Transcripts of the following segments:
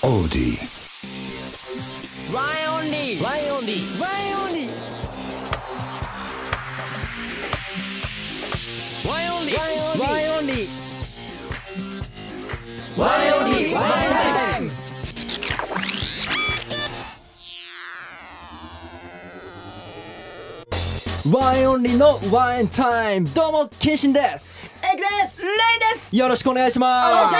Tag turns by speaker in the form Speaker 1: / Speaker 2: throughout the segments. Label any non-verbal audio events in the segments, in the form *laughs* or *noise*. Speaker 1: オーディ
Speaker 2: ワンオンリーワンオンリーワンオンリーワンオンリーワンオンリーワンオンリーワンオンリーワンタイムワンオンリーのワンタイムどうも謙信です
Speaker 3: エグですレイです
Speaker 2: よろしくお願いします
Speaker 3: お願いし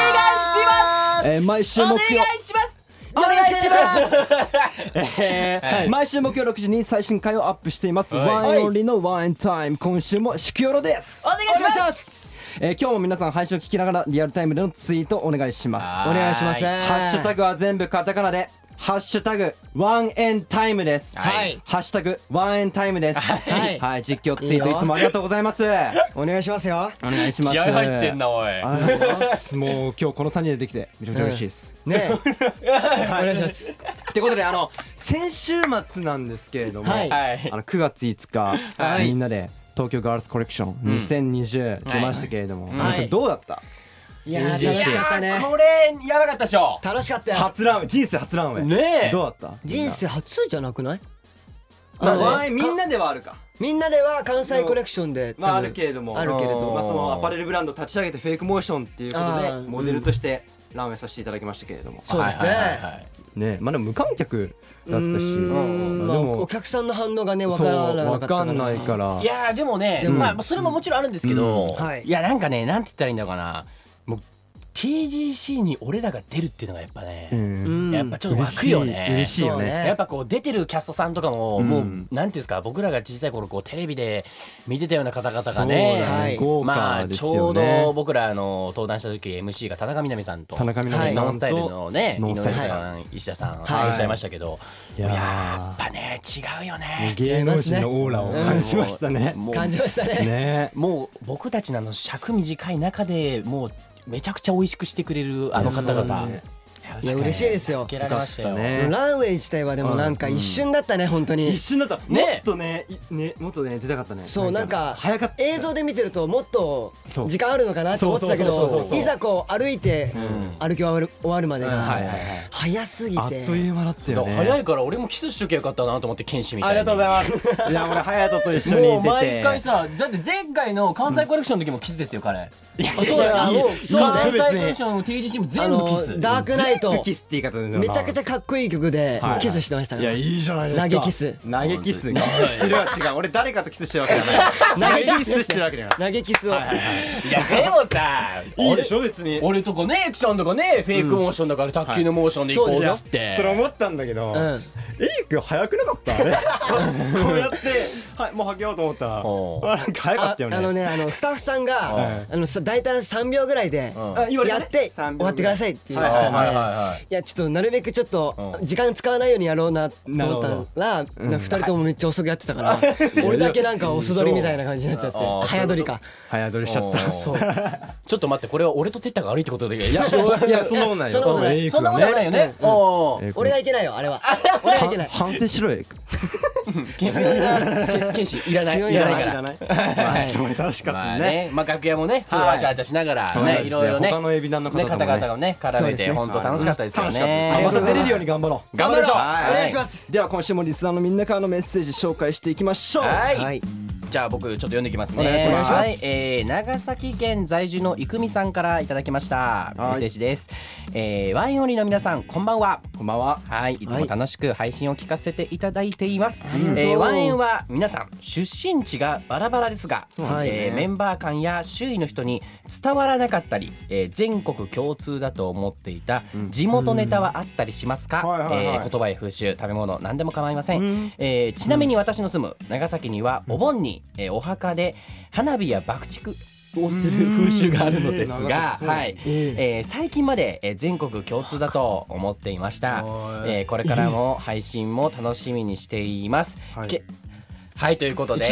Speaker 3: ます
Speaker 2: えー毎週木曜
Speaker 3: お願いします
Speaker 2: お願いし
Speaker 3: ます
Speaker 2: ます、えー毎週木曜6時に最新回をアップしています、ワンオンリーのワンタイム今週もしきよろです
Speaker 3: お願いします
Speaker 2: すえー今日も皆さん配信を聞きながらリアルタイムでのツイートお願いします
Speaker 4: お願いします
Speaker 2: ハッシュタグは全部カタカナでハッシュタグワンエンタイムです。
Speaker 4: はい
Speaker 2: ハッシュタグワンエンタイムです。はいはい、実況ツイートいつもありがとうございます。
Speaker 4: お願いしますよ
Speaker 2: お願いします。
Speaker 5: 気合入ってんなおい
Speaker 2: ありがとうございます。もう今日この3人でできてめちゃめちゃ嬉しいです。
Speaker 4: ねお願いします
Speaker 2: ってことであの先週末なんですけれども、
Speaker 4: はい
Speaker 5: はい
Speaker 2: あの9月5日、
Speaker 4: はい
Speaker 2: みんなで東京ガールズコレクション2020出ましたけれども、皆さんどうだった、
Speaker 4: いや
Speaker 2: い
Speaker 4: ー
Speaker 2: や
Speaker 4: 楽しかったね
Speaker 5: これやばかったでしょ
Speaker 4: 楽しかったよ
Speaker 2: 初ランウェイ人生初ランウェイ
Speaker 5: ねえ
Speaker 2: どうだった
Speaker 4: 人生初じゃなくない
Speaker 2: みんな
Speaker 4: あのね
Speaker 2: まあワンエンみんなではあるか
Speaker 4: みんなでは関西コレクションで
Speaker 2: まああ
Speaker 4: 多分
Speaker 2: るけれども
Speaker 4: あるけれど
Speaker 2: まあ、
Speaker 4: も
Speaker 2: そのアパレルブランドを立ち上げてフェイクモーションっていうことで
Speaker 4: あー
Speaker 2: モデルとしてランウェイさせていただきましたけれども、
Speaker 4: そうです
Speaker 5: はいはいはい
Speaker 4: ね
Speaker 5: はい
Speaker 2: ねまあでも無観客だったし
Speaker 4: うーんま
Speaker 2: で
Speaker 4: あ
Speaker 2: も
Speaker 4: お客さんの反応がねわ
Speaker 2: そ
Speaker 4: か
Speaker 2: う
Speaker 4: らなか
Speaker 2: わ
Speaker 4: った
Speaker 2: かんないから
Speaker 5: いやーでもね
Speaker 4: も
Speaker 5: まあそれももちろんあるんですけど、
Speaker 4: うんはい
Speaker 5: い、やなんかねなんて言ったらいいんだろうかなもう TGC に俺らが出るっていうのがやっぱね、
Speaker 4: うん
Speaker 5: やっぱちょっと湧くよね
Speaker 2: 嬉しい嬉しいよね
Speaker 5: そうやっぱこう出てるキャストさんとかも、
Speaker 2: うん
Speaker 5: もうなんていうんですか僕らが小さい頃こうテレビで見てたような方々
Speaker 2: そ
Speaker 5: が
Speaker 2: う
Speaker 5: ね
Speaker 2: だ
Speaker 4: はい
Speaker 2: 豪
Speaker 5: ま
Speaker 2: 華
Speaker 5: あ
Speaker 2: です
Speaker 5: ちょ
Speaker 2: よ
Speaker 5: う
Speaker 2: ね、
Speaker 5: ど僕らあの登壇した時 MC が田中みな実さんと
Speaker 2: 田中みな実さんと
Speaker 5: ノンスタイルのね
Speaker 2: ノ
Speaker 5: 井
Speaker 2: ン
Speaker 5: 上
Speaker 2: スタイルさん
Speaker 5: さん石田さん
Speaker 4: はい
Speaker 5: いらっしゃいましたけど
Speaker 2: い
Speaker 5: い
Speaker 2: や
Speaker 5: や
Speaker 2: ー
Speaker 5: やっぱね違うよね
Speaker 2: 芸能人のオーラを感じましたね。
Speaker 5: もう
Speaker 4: 感じましたね
Speaker 2: ね
Speaker 5: もう僕たちのあの尺短い中でもうめちゃくちゃ美味しくしてくれるあの方々
Speaker 2: いや
Speaker 4: いや嬉しいですよ
Speaker 5: 助けられましたよ
Speaker 2: よかったね
Speaker 4: ランウェイ自体はでもなんか一瞬だったね本当に
Speaker 2: 一瞬だった。も
Speaker 5: ね
Speaker 2: っとね、いね、もっとね出たかったね。
Speaker 4: そうなんか
Speaker 2: 早かった。
Speaker 4: 映像で見てるともっと
Speaker 2: そう
Speaker 4: 時間あるのかなと思ってたけ
Speaker 2: そうそうそうそう
Speaker 4: ど
Speaker 2: そう
Speaker 4: いざこう歩いて
Speaker 5: ん
Speaker 4: 歩き終わる終わるまで
Speaker 2: うんはいはいは
Speaker 4: が
Speaker 2: い
Speaker 4: 早すぎ
Speaker 2: あってという間だったよね。
Speaker 5: 早いから俺もキスしときゃよかったなと思って剣士みたいに
Speaker 2: ありがとうございます。いや、俺隼人と一緒に出て。
Speaker 5: もう毎回さだって前回の関西コレクションの時もキスですよ彼、あそう
Speaker 4: いや
Speaker 5: だあ
Speaker 4: いい
Speaker 5: の
Speaker 4: そうだ
Speaker 5: 関西コレクションの TGC も
Speaker 4: あ
Speaker 5: 全部キ
Speaker 4: の
Speaker 5: ス
Speaker 4: ダークナイ
Speaker 2: 全
Speaker 4: ト
Speaker 2: 部キスって言い方で。
Speaker 4: めちゃくち
Speaker 2: ゃ。
Speaker 4: ゃかっこいい曲で
Speaker 2: はい
Speaker 4: キスしてました
Speaker 2: い
Speaker 4: か
Speaker 2: や
Speaker 4: ら
Speaker 2: いいじゃないですか
Speaker 4: 投げキス
Speaker 2: 投げキス
Speaker 5: 本
Speaker 2: キ
Speaker 5: 当に
Speaker 2: スしてるわ違う俺誰かとキスしてるわけじゃない投げキスしてるわけじゃない
Speaker 4: 投げキスを
Speaker 5: いやでもさ
Speaker 2: いいでしょ別に
Speaker 5: 俺とかねエクちゃんとかねフェイクモーションだから卓球のモーションでいこう
Speaker 4: はい
Speaker 5: っ
Speaker 4: そう
Speaker 5: つって、
Speaker 2: それ思ったんだけど、
Speaker 4: うん
Speaker 2: エイク早くなかった
Speaker 5: *laughs*
Speaker 2: こうやって、はい、もうはけようと思ったら
Speaker 5: おう
Speaker 2: あなんか早か
Speaker 4: あ
Speaker 2: ったよね
Speaker 4: あのねあのスタッフさんが
Speaker 2: う
Speaker 4: あのさ大体3秒ぐらいで
Speaker 5: ん
Speaker 2: あ言われた
Speaker 4: や
Speaker 2: ね
Speaker 4: って
Speaker 2: 3秒
Speaker 4: 終
Speaker 2: ぐらい
Speaker 4: わってくださいって言っ
Speaker 2: はい
Speaker 4: た
Speaker 5: はいはい
Speaker 4: ん
Speaker 5: は
Speaker 4: でいやちょっとなるべくちょっと
Speaker 5: うん
Speaker 4: 時間使わないようにやろうなと思ったら2人ともめっちゃ遅くやってたから *laughs* 俺だけなんか遅撮りみたいな感じになっちゃって
Speaker 5: いやいや
Speaker 4: 早撮りか
Speaker 2: 早撮りしちゃった
Speaker 5: おう *laughs* ちょっと待ってこれは俺とテッタが悪いってことでいや
Speaker 2: い *laughs* やそんなことない
Speaker 4: そんなことない
Speaker 2: エイク
Speaker 5: そんなことはないよね、おお
Speaker 2: エイク
Speaker 4: 俺がいけないよあれは俺がいけない
Speaker 2: 反省しろよエイク
Speaker 5: 剣士剣士いらない
Speaker 4: 強
Speaker 5: い
Speaker 4: いな
Speaker 5: らないから
Speaker 2: いまあ *laughs* すごい楽しかっ
Speaker 5: ま
Speaker 2: た
Speaker 5: あ
Speaker 2: ね
Speaker 5: ね、まあ楽屋もね、ちょっと
Speaker 2: はい
Speaker 5: わちゃわちゃしながら、
Speaker 2: そうです
Speaker 5: ね、
Speaker 2: ね
Speaker 5: いろいろね、
Speaker 2: 他のエビ団の方と
Speaker 5: ね、
Speaker 2: かもね
Speaker 5: 方々をね、絡
Speaker 4: そう
Speaker 5: め
Speaker 4: です
Speaker 5: て、
Speaker 4: ね
Speaker 5: 本当楽しかったですよ
Speaker 2: あ
Speaker 5: ね。
Speaker 2: また出れるように頑張ろう
Speaker 5: 頑張りましょう
Speaker 2: はい
Speaker 5: お
Speaker 4: 願いします
Speaker 2: では今週もリスナーのみんなからのメッセージ紹介していきましょう
Speaker 5: はい
Speaker 4: はい
Speaker 5: じゃあ僕ちょっと読んできますね
Speaker 2: お願いします
Speaker 5: はい、えー、長崎県在住のいくみさんからいただきましたメッセージです、えー、ワインオンリーの皆さんこんばんは
Speaker 2: こんばんは
Speaker 5: はい、いつも楽しく配信を聞かせていただいています。えーワンエンは皆さん出身地がバラバラですが、
Speaker 4: なんだよね
Speaker 5: えーメンバー間や周囲の人に伝わらなかったり、えー全国共通だと思っていた地元ネタはあったりしますか？
Speaker 2: はいはいはい
Speaker 5: えー言葉や風習、食べ物何でも構いません。えーちなみに私の住む長崎にはお盆に、えーお墓で花火や爆竹をする風習があるのです
Speaker 2: うん長
Speaker 5: が、
Speaker 2: 崎そう
Speaker 5: はい、えー最近まで、えー全国共通だと思っていました、えーこれからも配信も楽しみにしています
Speaker 2: はい
Speaker 5: けはいということで *laughs*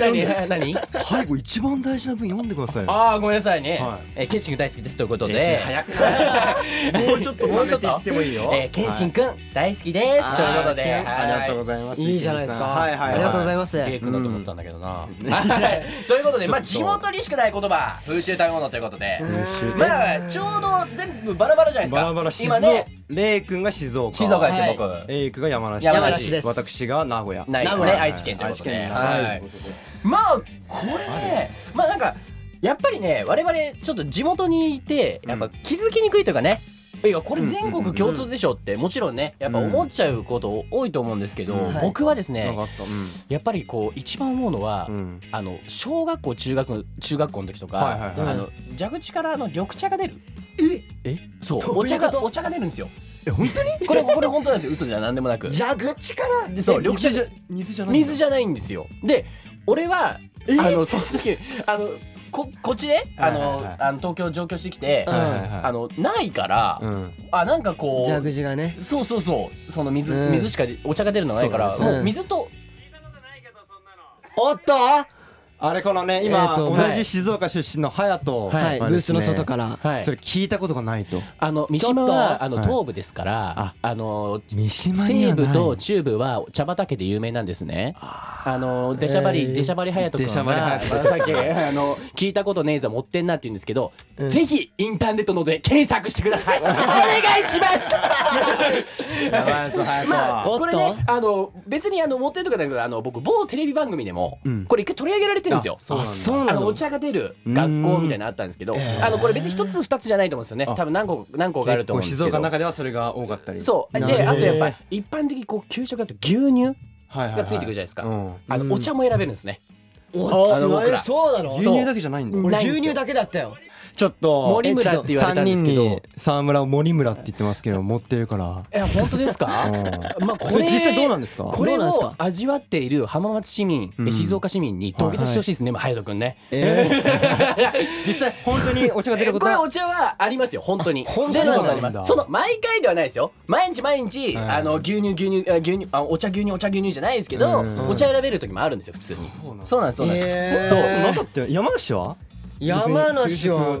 Speaker 5: 何何
Speaker 2: 最後一番大事な文読んでくださいよ
Speaker 5: ああごめんなさいね、
Speaker 2: はい
Speaker 5: えーケンシン君大好きですということで、
Speaker 2: くないもうちょっと
Speaker 5: *laughs* も
Speaker 2: 食
Speaker 5: うち
Speaker 2: べ
Speaker 5: ょってと
Speaker 2: いってもいいよ
Speaker 5: えー、ケンシン君大好きです、ということで
Speaker 2: はいありがとうご
Speaker 5: ざい
Speaker 2: ざいます
Speaker 4: いいじゃないですか
Speaker 2: はいはいはい
Speaker 4: ありがとうございます
Speaker 5: ケイ君だと思ったんだけどな、 *laughs* はいということでまあ地元にしかない言葉風習食べ物ということで
Speaker 2: 風習
Speaker 5: まあちょうど全部バラバラじゃないですか
Speaker 2: バラバラ静
Speaker 5: 今ね
Speaker 2: レイ君が静岡
Speaker 5: 静岡ですよ、
Speaker 4: はい
Speaker 5: 僕。
Speaker 2: エイクが山梨
Speaker 5: 山梨
Speaker 4: です
Speaker 2: 私が名古屋
Speaker 5: ないです
Speaker 4: 名
Speaker 5: ね、
Speaker 4: 古屋
Speaker 5: 愛知県ということで。
Speaker 2: 愛知県
Speaker 5: はい。まあこれね、まあなんかやっぱりね我々ちょっと地元にいてやっぱ気づきにくいというかね。いやこれ全国共通でしょってもちろんねやっぱ思っちゃうこと多いと思うんですけど、
Speaker 2: うん
Speaker 5: 僕はです
Speaker 2: なん
Speaker 5: ね
Speaker 2: かあったう
Speaker 5: やっぱりこう一番思うのは、
Speaker 2: んうん
Speaker 5: あの小学校中学中学校の時とか、
Speaker 2: はいはい
Speaker 4: はい
Speaker 5: あの蛇口からあの緑茶が出る
Speaker 2: え
Speaker 5: そう
Speaker 4: ど
Speaker 5: お
Speaker 4: ういう
Speaker 5: 茶
Speaker 4: こと
Speaker 5: がお茶が出るんですよ
Speaker 2: え本当に
Speaker 5: これこれ本当なんですよ嘘じゃ何でもなく
Speaker 4: 蛇口から
Speaker 5: でそう
Speaker 2: え
Speaker 5: 緑茶
Speaker 2: 水じゃ水じゃない
Speaker 5: 水
Speaker 2: ゃ
Speaker 5: じゃないんですよで俺は
Speaker 2: え
Speaker 5: あのその時あのここっちねあの,、
Speaker 2: はいはいはい
Speaker 5: あの東京上京してきて、
Speaker 4: うん
Speaker 5: あのないから、
Speaker 2: うん
Speaker 5: あなんかこう
Speaker 4: 蛇口がね
Speaker 5: そうそうそうその水、
Speaker 4: うん
Speaker 5: 水しかお茶が出るのがないから、
Speaker 2: そうだね
Speaker 5: もう水と
Speaker 4: おっと
Speaker 2: あれこのね今
Speaker 4: えーと
Speaker 2: 同
Speaker 5: はい
Speaker 2: じ静岡出身の隼人
Speaker 4: はいブ
Speaker 2: がですね
Speaker 4: ースの外から
Speaker 5: はい
Speaker 2: それ聞いたことがないと
Speaker 5: あの三
Speaker 4: ちょっと
Speaker 5: 島はあの
Speaker 2: はい
Speaker 5: 東部ですから、
Speaker 2: あ
Speaker 5: あの
Speaker 2: 三島に
Speaker 5: 西
Speaker 2: はな
Speaker 5: 部
Speaker 2: い
Speaker 5: と
Speaker 2: *laughs*
Speaker 5: 中部は茶畑で有名なんですね。あの出しゃばり、
Speaker 4: えー
Speaker 5: 出しゃばり隼人
Speaker 2: 出しゃ
Speaker 5: 君
Speaker 2: ばり
Speaker 5: が
Speaker 2: 隼
Speaker 5: さっきあの聞いたことねえぞ持ってんなって言うんですけど、ぜひインターネットので検索してくだ
Speaker 2: *laughs*
Speaker 5: さい。お願いします。
Speaker 2: やばいぞ隼人
Speaker 5: まあ、
Speaker 4: おっと
Speaker 5: これねあの別にあの持ってるとかだけどあの僕某テレビ番組でも、
Speaker 2: うん
Speaker 5: これ一回取り上げられてるんですよ。
Speaker 2: そうなんだ
Speaker 4: そう
Speaker 5: あ
Speaker 4: な
Speaker 5: のお
Speaker 4: の
Speaker 5: 茶が出る学校みたいなのあったんですけど、あのこれ別に一つ二つじゃないと思うんですよね。多分何個何個があると思うんですけど。
Speaker 2: 結構静岡の中ではそれが多かったり
Speaker 5: そう
Speaker 4: なるほ
Speaker 5: で
Speaker 4: ど
Speaker 5: あとやっぱ一般的にこう給食だと牛乳
Speaker 2: はいはいはい
Speaker 5: がついてくるじゃないですか、
Speaker 2: うん
Speaker 5: あのお茶も選べるんですね、
Speaker 4: お
Speaker 5: あの僕ら
Speaker 4: えそうなの
Speaker 2: 牛乳だけじゃないんだ
Speaker 5: うん
Speaker 4: 俺
Speaker 5: ないんすよ
Speaker 4: 牛乳だけだったよ
Speaker 2: ちょっと
Speaker 5: 森村って言われたんですけ
Speaker 2: 三人
Speaker 5: ど
Speaker 2: に沢村を森村って言ってますけど持ってるから
Speaker 5: え本当ですか
Speaker 2: う
Speaker 5: まあこ
Speaker 2: そ
Speaker 5: れ
Speaker 2: れ実際どうなんですか
Speaker 5: これ
Speaker 4: どうなんです
Speaker 5: を
Speaker 4: か
Speaker 5: 味わっている浜松市民、
Speaker 2: うん
Speaker 5: 静岡市民に土下座してほしいですね、はい、隼人君ね、 *laughs*
Speaker 2: 実際本当にお茶が出るこ
Speaker 5: ことれ
Speaker 2: *laughs* は
Speaker 5: お茶はありますよ本当に
Speaker 2: 本当
Speaker 5: 出ることあり
Speaker 2: な
Speaker 5: ま
Speaker 2: んだ
Speaker 5: すその毎回ではないですよ毎日毎日、
Speaker 2: はい
Speaker 5: あの牛乳牛乳あ牛乳あお茶牛乳お茶牛乳じゃないですけど、
Speaker 2: うん
Speaker 5: お茶選べる時もあるんですよ普通にそうなんですそうなんです、
Speaker 4: へー
Speaker 5: そう
Speaker 2: そうなんだって山梨は
Speaker 4: 山梨は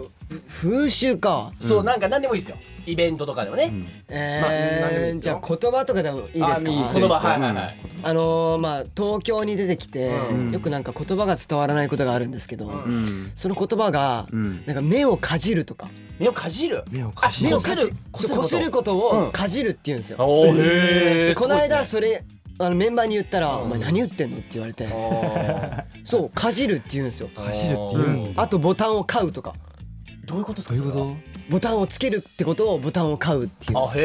Speaker 4: 風習か
Speaker 5: そうなんか何でもいいですよイベントとかでもね、
Speaker 2: まあ何でもいいです
Speaker 4: えー
Speaker 2: よ
Speaker 4: じゃあ言葉とかでもいいですか
Speaker 2: あいいです
Speaker 5: そ
Speaker 2: よ
Speaker 5: の場はいはいはい、
Speaker 4: あのーまあ東京に出てきて
Speaker 2: ん
Speaker 4: よくなんか言葉が伝わらないことがあるんですけど
Speaker 2: ん
Speaker 4: その言葉が
Speaker 2: うん
Speaker 4: なんか目をかじるとか
Speaker 5: 目をかじる
Speaker 2: 目をかじ
Speaker 5: あ目
Speaker 2: る
Speaker 5: を
Speaker 4: こす
Speaker 5: か
Speaker 4: る
Speaker 5: じ
Speaker 4: そうこする
Speaker 5: こ
Speaker 4: こと
Speaker 5: う
Speaker 4: を
Speaker 5: ん
Speaker 4: かじるって言うんですよ
Speaker 5: おーへ
Speaker 4: で
Speaker 5: え
Speaker 4: この間それあのメンバーに言ったら「お前何言ってんの?」って言われてそうかじるって言うんですよ
Speaker 5: か
Speaker 2: じるって言うん
Speaker 4: あとボタンを買うとか
Speaker 5: どういうことです
Speaker 2: ど
Speaker 5: か
Speaker 2: ういうこと
Speaker 4: ボタンをつけるってことをボタンを買うっていうん
Speaker 5: あ
Speaker 4: です
Speaker 5: へ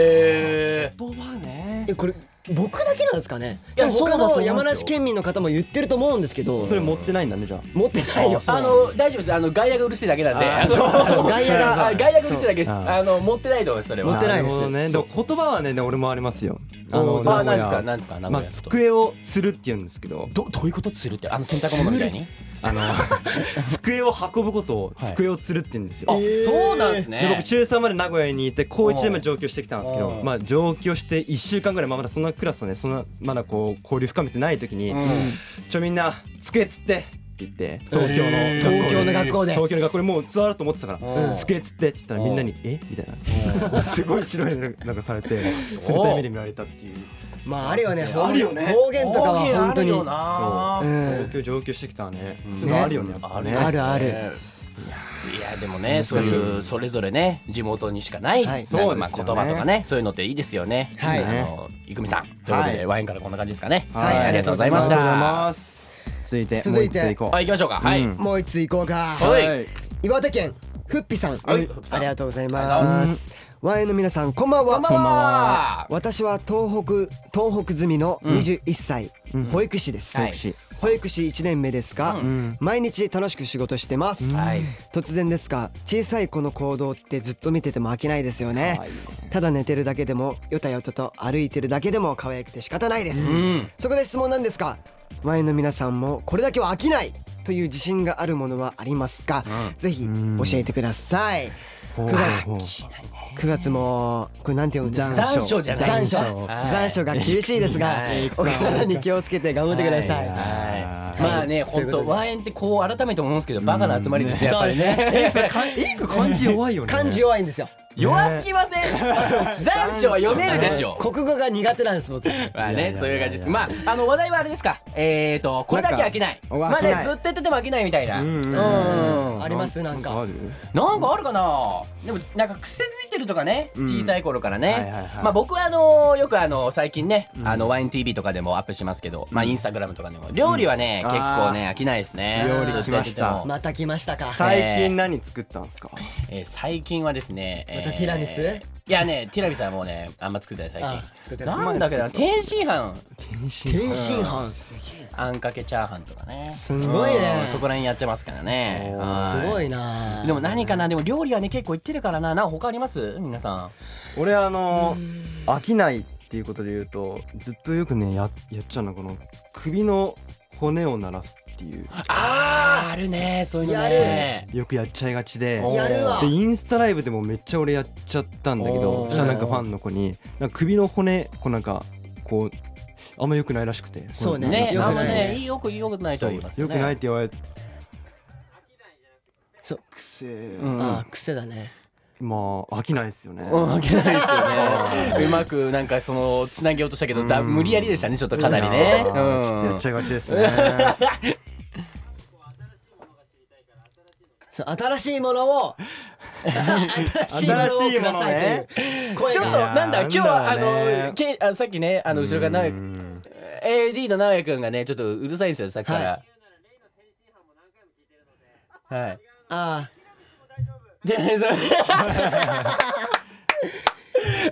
Speaker 5: え
Speaker 2: 言葉ね
Speaker 4: えこれ僕だけなんですかね
Speaker 5: いやそうだ
Speaker 4: 他
Speaker 5: と思います
Speaker 4: の
Speaker 5: よ
Speaker 4: 山梨県民の方も言ってると思うんですけど
Speaker 2: それ持ってないんだねじゃあ
Speaker 4: 持ってないよ
Speaker 5: あの大丈夫ですあの外野がうるせえだけなんであの
Speaker 4: そう外野が
Speaker 5: あ外野がうるせえだけです
Speaker 2: そう
Speaker 5: あの持ってないと思いますそれは
Speaker 4: 持ってないです
Speaker 2: るほどねでも言葉はねでも俺もありますよあ
Speaker 4: お
Speaker 2: の
Speaker 4: ー
Speaker 5: あ何
Speaker 2: 名
Speaker 5: で
Speaker 2: 古屋
Speaker 5: すか何ですか名
Speaker 2: まあ
Speaker 5: 古屋だと
Speaker 2: 机をつるって言うんですけど
Speaker 5: どどういうことつるってあの洗濯物みたいに
Speaker 2: あの机を運ぶことを
Speaker 5: はい
Speaker 2: 机をつるって言うんですよ
Speaker 5: あそうなんです
Speaker 2: で僕
Speaker 5: ね
Speaker 2: 中3まで名古屋にいて高1でも上京してきたんですけ
Speaker 5: お
Speaker 2: ど
Speaker 5: う
Speaker 2: まあ上京して1週間ぐらいまあまだそんなクラスのねそんなまだこう交流深めてない時に「ちょみんな机つって」って言って東京の
Speaker 5: えー
Speaker 2: 学校で
Speaker 4: 東京の学校で
Speaker 2: 東京の学校でもうツアーだと思ってたから
Speaker 5: うん
Speaker 2: 「机つって」って言ったらみんなに「えみたいな *laughs* すごい白い目なんかされて冷たい目で見られたっていう
Speaker 4: まああるよね
Speaker 2: あるよね
Speaker 4: 方言とかは
Speaker 5: 方言あ
Speaker 4: 本当
Speaker 5: る
Speaker 4: に
Speaker 5: よな
Speaker 4: う
Speaker 2: 東
Speaker 4: ん
Speaker 2: 京上京してきたらね
Speaker 5: ん
Speaker 2: そういうのあるよねやっぱね
Speaker 5: ね
Speaker 4: あるある
Speaker 5: いやいやでもねそういうそれぞれね地元にしかない、
Speaker 4: はい
Speaker 5: なんかまあ
Speaker 2: そ
Speaker 5: 言
Speaker 2: うですよね
Speaker 5: 葉とかねそういうのっていいですよね。
Speaker 4: はい
Speaker 5: あのいくみさんということ
Speaker 2: は
Speaker 5: で
Speaker 2: い
Speaker 5: ワインからこんな感じですかね。
Speaker 2: はい
Speaker 5: ありがとうございまし
Speaker 2: ありがとうござい
Speaker 5: た。
Speaker 2: ます続いて
Speaker 4: 続いて
Speaker 2: もう一つ行こ
Speaker 5: はい行きましょうか。はい。
Speaker 2: うん
Speaker 4: もう一つ行こうか
Speaker 5: はい
Speaker 4: 岩手県ふっぴさん
Speaker 5: はいふっぴさん
Speaker 4: ありがとうございますワインの皆さんこんばんは
Speaker 5: こんばんは。
Speaker 4: 私は東北東北住みの21歳、保育士です、
Speaker 5: はい
Speaker 4: 保育士1年目ですが、毎日楽しく仕事してます、
Speaker 5: はい
Speaker 4: 突然ですが小さい子の行動ってずっと見てても飽きないですよねただ寝てるだけでもよたよたと歩いてるだけでも可愛くて仕方ないです、
Speaker 5: ん
Speaker 4: そこで質問なんですが前の皆さんもこれだけは飽きないという自信があるものはありますか、ぜひ教えてください、
Speaker 2: う
Speaker 4: 9月9月もこれなんて読むんですか
Speaker 5: 残暑じゃない
Speaker 4: 残暑
Speaker 5: はい
Speaker 4: 残暑が厳しいですが
Speaker 5: はい
Speaker 4: お体に気をつけて頑張ってください
Speaker 5: はい。まあね本当ワインってこう改めて思うんですけどバカな集まりですねやっぱりね。
Speaker 2: ういいく感じ弱いよね
Speaker 4: 漢字弱いんですよ
Speaker 5: 弱すぎませ
Speaker 2: *laughs*
Speaker 5: ん残暑は読めるでしょ
Speaker 4: 国語が苦手なんです僕
Speaker 5: まあ
Speaker 2: いやいやい
Speaker 5: ね
Speaker 2: や
Speaker 5: そういう感じですまああの話題はあれですかえーとこれだけ飽きない
Speaker 2: なんか
Speaker 5: まあね
Speaker 2: 飽きない
Speaker 5: ずっと言ってても飽きないみたいなう
Speaker 2: うんうんうん
Speaker 5: ん
Speaker 4: ありますなんか
Speaker 2: ある
Speaker 5: なんかあるかなでもなんか癖づいてるとかね
Speaker 2: ん
Speaker 5: 小さい頃から
Speaker 2: はいはい
Speaker 5: ね
Speaker 2: はい
Speaker 5: まあ僕はあのよくあの最近ねあのワイン TV とかでもアップしますけどまあインスタグラムとかでも料理はね
Speaker 2: うん
Speaker 5: 結構ね飽きないですね
Speaker 2: 料理来ま
Speaker 5: ず
Speaker 2: した
Speaker 5: っとやってても
Speaker 4: また来ましたか
Speaker 2: 最近何作ったんですか
Speaker 5: えー最近はですねえー
Speaker 4: またティラミス
Speaker 5: いやねティラミスはもうねあんま作ってない最
Speaker 4: あ
Speaker 5: 近
Speaker 4: 作ってない
Speaker 5: なんだっけど天津飯
Speaker 2: 天津
Speaker 4: 天津飯
Speaker 5: あんかけチャーハンとかね
Speaker 2: す
Speaker 4: すごいね
Speaker 5: そこら辺やってますからねは
Speaker 4: すごいな
Speaker 5: でも何かなでも料理はね結構いってるからななんか他あります皆さ
Speaker 2: 俺あの飽きないっていうことで言うとずっとよくねややっちゃうのこの首の骨を鳴らすっていう
Speaker 5: あああるねそういうのね
Speaker 2: よくやっちゃいがちで
Speaker 5: お
Speaker 4: やるわ
Speaker 2: でインスタライブでもめっちゃ俺やっちゃったんだけ
Speaker 5: お
Speaker 2: ど
Speaker 5: ー
Speaker 2: したらなんかファンの子になんか首の骨こうなんかこうあんま良くないらしくて
Speaker 4: そうね
Speaker 5: ね
Speaker 4: よく
Speaker 5: あ
Speaker 4: ない
Speaker 5: んまねよくよくないと
Speaker 2: そう
Speaker 5: 言いますね
Speaker 2: 良くないって言われて
Speaker 4: そう
Speaker 2: くせえ
Speaker 5: うん
Speaker 4: あー癖だね
Speaker 2: まあ飽きないですよね
Speaker 5: うん、いけないですよね。 *laughs* うまくなんかそのつなげようとしたけど、だ
Speaker 2: うん
Speaker 5: 無理やりでしたね、ちょっとかなり
Speaker 2: い
Speaker 5: ね
Speaker 2: や。ーちょっとやっちゃいがちです
Speaker 5: *laughs*
Speaker 2: ね
Speaker 4: そう新しいものを新
Speaker 2: 新しいものね
Speaker 4: いう声
Speaker 5: ちょっと
Speaker 4: が
Speaker 5: なんだ
Speaker 2: い
Speaker 5: 今
Speaker 2: やー
Speaker 5: 日はあ
Speaker 2: なんだろうね
Speaker 5: のけあさっきねあの後ろからな AD の直哉くんがねちょっとうるさいんですよさっきから。はい。
Speaker 4: あ
Speaker 5: でそう *laughs*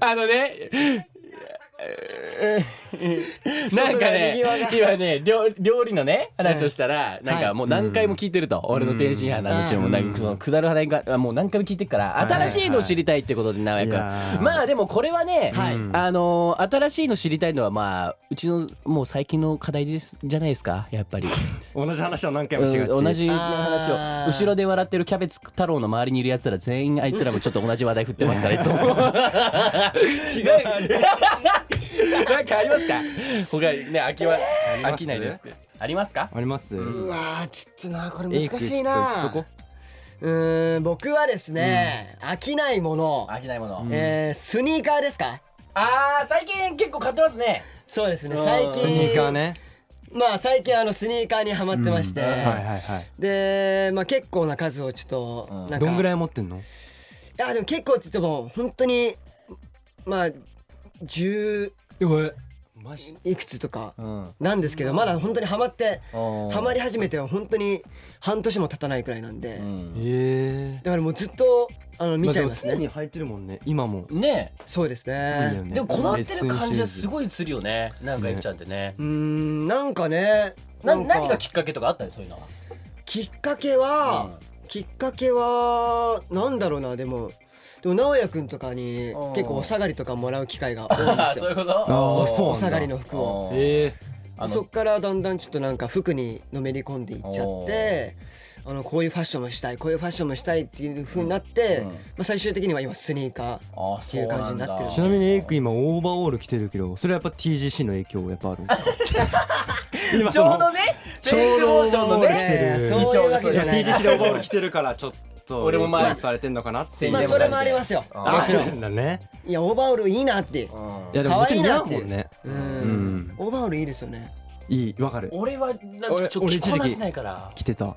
Speaker 5: あのね。なんかね
Speaker 4: 外が賑わが
Speaker 5: 今ね料料理のね話をしたら、なんかもう何回も聞いてると、俺の天津飯の話をもうなんかそのくだる話がもう何回も聞いてるから新しいのを知りたいってことで直哉
Speaker 2: いや
Speaker 5: 君
Speaker 2: ー
Speaker 5: まあでもこれはね、
Speaker 4: はい
Speaker 5: あのー新しいの知りたいのはまあうちのもう最近の課題ですじゃないですかやっぱり。
Speaker 2: 同じ話は何回もしがち
Speaker 5: うん同じ話を
Speaker 4: あー
Speaker 5: 後ろで笑ってるキャベツ太郎の周りにいるやつら全員あいつらもちょっと同じ話題振ってますからいつも違うなんかありますか他にね飽きは飽きないですってありますか
Speaker 2: あります
Speaker 4: ーうわーちょっとなこれ
Speaker 2: エイク
Speaker 4: 難しいな
Speaker 2: ちょっと言っとこ
Speaker 4: うーん僕はですね、飽きないもの、
Speaker 5: 飽きないもの、
Speaker 4: えースニーカーですか
Speaker 5: あー最近結構買ってますね
Speaker 4: そうですね
Speaker 5: うん
Speaker 4: 最近
Speaker 2: スニーカーね
Speaker 4: まあ最近あのスニーカーにはまってまして、
Speaker 2: はいはいはい
Speaker 4: で、まあ、結構な数をちょっとなんか、
Speaker 2: どんぐ
Speaker 4: い
Speaker 2: らい持ってんの
Speaker 4: やでも結構って言っても本当にまあ10
Speaker 2: マジ
Speaker 4: いくつとか
Speaker 5: うん
Speaker 4: なんですけどまだ本当にはまっては
Speaker 5: ハ
Speaker 4: まり始めては本当に半年も経たないくらいなんで、
Speaker 5: うん
Speaker 2: ええ
Speaker 4: だからもうずっとあの見
Speaker 2: まあ
Speaker 4: ち
Speaker 2: で
Speaker 4: ゃい
Speaker 2: も
Speaker 4: ます
Speaker 2: 常
Speaker 4: ね、
Speaker 2: に履いてるもんね今も
Speaker 5: ね
Speaker 4: そうですね
Speaker 5: えでもこだわってる感じはすごいするよねなんかエ
Speaker 2: ね
Speaker 5: クちゃんってね
Speaker 4: うーんなんかね
Speaker 5: な
Speaker 4: なんか
Speaker 5: 何がきっかけとかあったりそういうのは
Speaker 4: きっかけは、きっかけはなんだろうなでもでも直哉くんとかに
Speaker 5: うん
Speaker 4: 結構お下がりとかもらう機会が多いん
Speaker 5: あー *laughs*
Speaker 4: です
Speaker 5: そうい
Speaker 4: よ
Speaker 5: うこ
Speaker 2: あ
Speaker 5: と
Speaker 2: ーそう
Speaker 4: お下がりの服を
Speaker 5: え
Speaker 2: え
Speaker 5: あの
Speaker 4: そっからだんだんちょっとなんか服にのめり込んでいっちゃってあのこういうファッションもしたいこういうファッションもしたいっていう風になって、
Speaker 5: うん
Speaker 4: まあ、最終的には今スニーカ
Speaker 5: あ
Speaker 4: っていう感じになってる
Speaker 2: ちなみにエイク今オーバーオール着てるけどそれはやっぱ TGC の影響やっぱあるんですか今
Speaker 5: ち
Speaker 2: そ
Speaker 5: ょ
Speaker 2: の
Speaker 5: うどね
Speaker 2: ちょうどオーバーオール着て
Speaker 4: ー、
Speaker 2: る
Speaker 4: そういうわけ
Speaker 2: い
Speaker 4: じ
Speaker 2: や
Speaker 4: ゃない
Speaker 2: TGC でオーバーオール着てるからちょっと
Speaker 5: 俺もまあ
Speaker 2: イメージされてんのかなっていう
Speaker 4: まあそれもありますよ
Speaker 5: あ
Speaker 2: あ
Speaker 4: もちろん
Speaker 2: んだね
Speaker 4: いやオーバーオールいいなって
Speaker 2: いやでも
Speaker 4: 可
Speaker 2: もちろ
Speaker 4: 愛い
Speaker 2: ん似合
Speaker 4: な
Speaker 2: う
Speaker 4: ってい
Speaker 2: も
Speaker 4: うん
Speaker 2: ね
Speaker 4: うん
Speaker 2: ん
Speaker 4: オーバーオールいいですよね
Speaker 2: いいわかる
Speaker 5: 俺はなんかちょっと
Speaker 2: 俺
Speaker 5: 着こな
Speaker 2: 一時
Speaker 5: せ
Speaker 2: 期
Speaker 5: ないから
Speaker 2: 着てた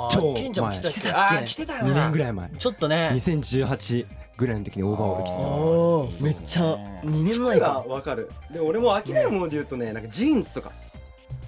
Speaker 5: あ
Speaker 2: 超
Speaker 5: ケンちゃんも着たっけ
Speaker 4: 前
Speaker 5: あ
Speaker 2: *laughs*
Speaker 5: ー着てたよ
Speaker 2: 2年ぐ
Speaker 5: い
Speaker 2: らい前
Speaker 5: ちょっとね
Speaker 2: 2018ぐらいの時にオーバーオール着てた
Speaker 4: おーめっちゃ2年前
Speaker 2: が
Speaker 4: か
Speaker 2: わかるで俺も飽きないもので言うとねなんかジーンズとか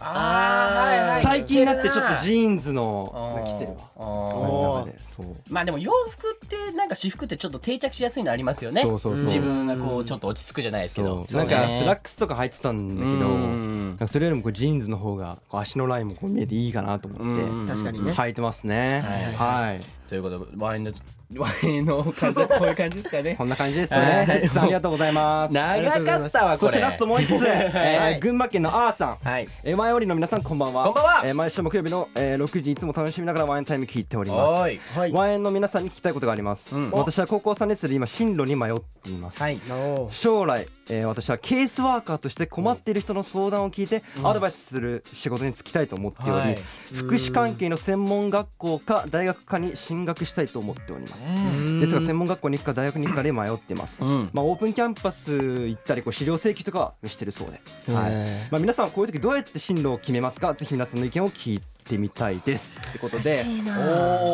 Speaker 5: あーはいはい
Speaker 2: 最近になってちょっとジ
Speaker 5: ン
Speaker 2: ーンズの来てるわ
Speaker 5: わ
Speaker 2: 真ん中でそう
Speaker 5: まあでも洋服ってなんか私服ってちょっと定着しやすいのありますよね
Speaker 2: そうそうそう
Speaker 5: 自分がこうちょっと落ち着くじゃないですけど
Speaker 2: そうなんかスラッ
Speaker 5: ク
Speaker 2: クスとか履いてたんだけどなん
Speaker 5: だ
Speaker 2: かそれよりもこうジーンズの方がこう足のラインもこう見えていいかなと思
Speaker 5: うん
Speaker 2: って
Speaker 4: 確かにね
Speaker 2: 履いてますねはい
Speaker 5: そういうことでワインのワインの感じはこういう感じですかね
Speaker 2: こんな感じですよ
Speaker 5: はい
Speaker 2: ねヘッツさんありがとうございま
Speaker 5: *laughs*
Speaker 2: す
Speaker 5: 長かったわこれ
Speaker 2: そしてラストもう一
Speaker 5: *laughs*
Speaker 2: つえー群馬県のあーさん
Speaker 5: はい
Speaker 2: えーワインオリの皆さんこんばんは
Speaker 5: こんばんは
Speaker 2: えー毎週木曜日のえー6時いつも楽しみながらワインタイム聞いております
Speaker 5: おーい
Speaker 4: はい
Speaker 2: ワインの皆さんに聞きたいことがあります、
Speaker 5: うん
Speaker 2: 私は高校3年生で今進路に迷っています、
Speaker 5: はい
Speaker 4: おー
Speaker 2: 将来、えー私はケースワーカーとして困っている人の相談を聞いてアドバイスする仕事に就きたいと思っており、
Speaker 5: はい
Speaker 2: 福祉関係の専門学校か大学かに進学したいと思っております
Speaker 4: ます。
Speaker 2: ですが専門学校に行くか大学に行くかで迷ってます、
Speaker 5: うん
Speaker 2: まあ、オープンキャンパス行ったりこう資料請求とかはしてるそうで、はい
Speaker 4: へ
Speaker 2: まあ、皆さんはこういう時どうやって進路を決めますかぜひ皆さんの意見を聞いてみたいですってことで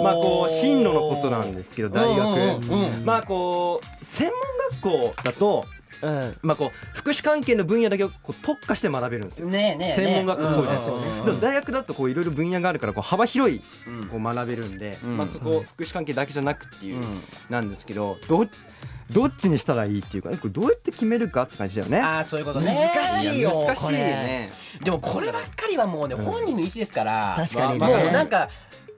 Speaker 2: まあこう進路のことなんですけど大学、
Speaker 5: うんうんうん
Speaker 2: まあこう専門学校だと、
Speaker 4: うん。
Speaker 2: まあ、こう福祉関係の分野だけをこう特化して学べるんですよ。
Speaker 5: ねえねえねえ
Speaker 2: 専門学校そうじゃないですか、
Speaker 5: ん
Speaker 2: でも大学だとこういろいろ分野があるからこう幅広い
Speaker 5: うん
Speaker 2: こう学べるんで、
Speaker 5: うん
Speaker 2: まあ、そこ福祉関係だけじゃなくっていうう、
Speaker 5: ん
Speaker 2: なんですけどどっどっちにしたらいいっていうかねこれどうやって決めるかって感じだよね。
Speaker 5: ああそういうことね
Speaker 4: 難しいよ
Speaker 2: 難しいね。
Speaker 5: でもこればっかりはもうね本人の意思ですから
Speaker 4: 確かに
Speaker 5: もうなん
Speaker 4: ね。
Speaker 5: か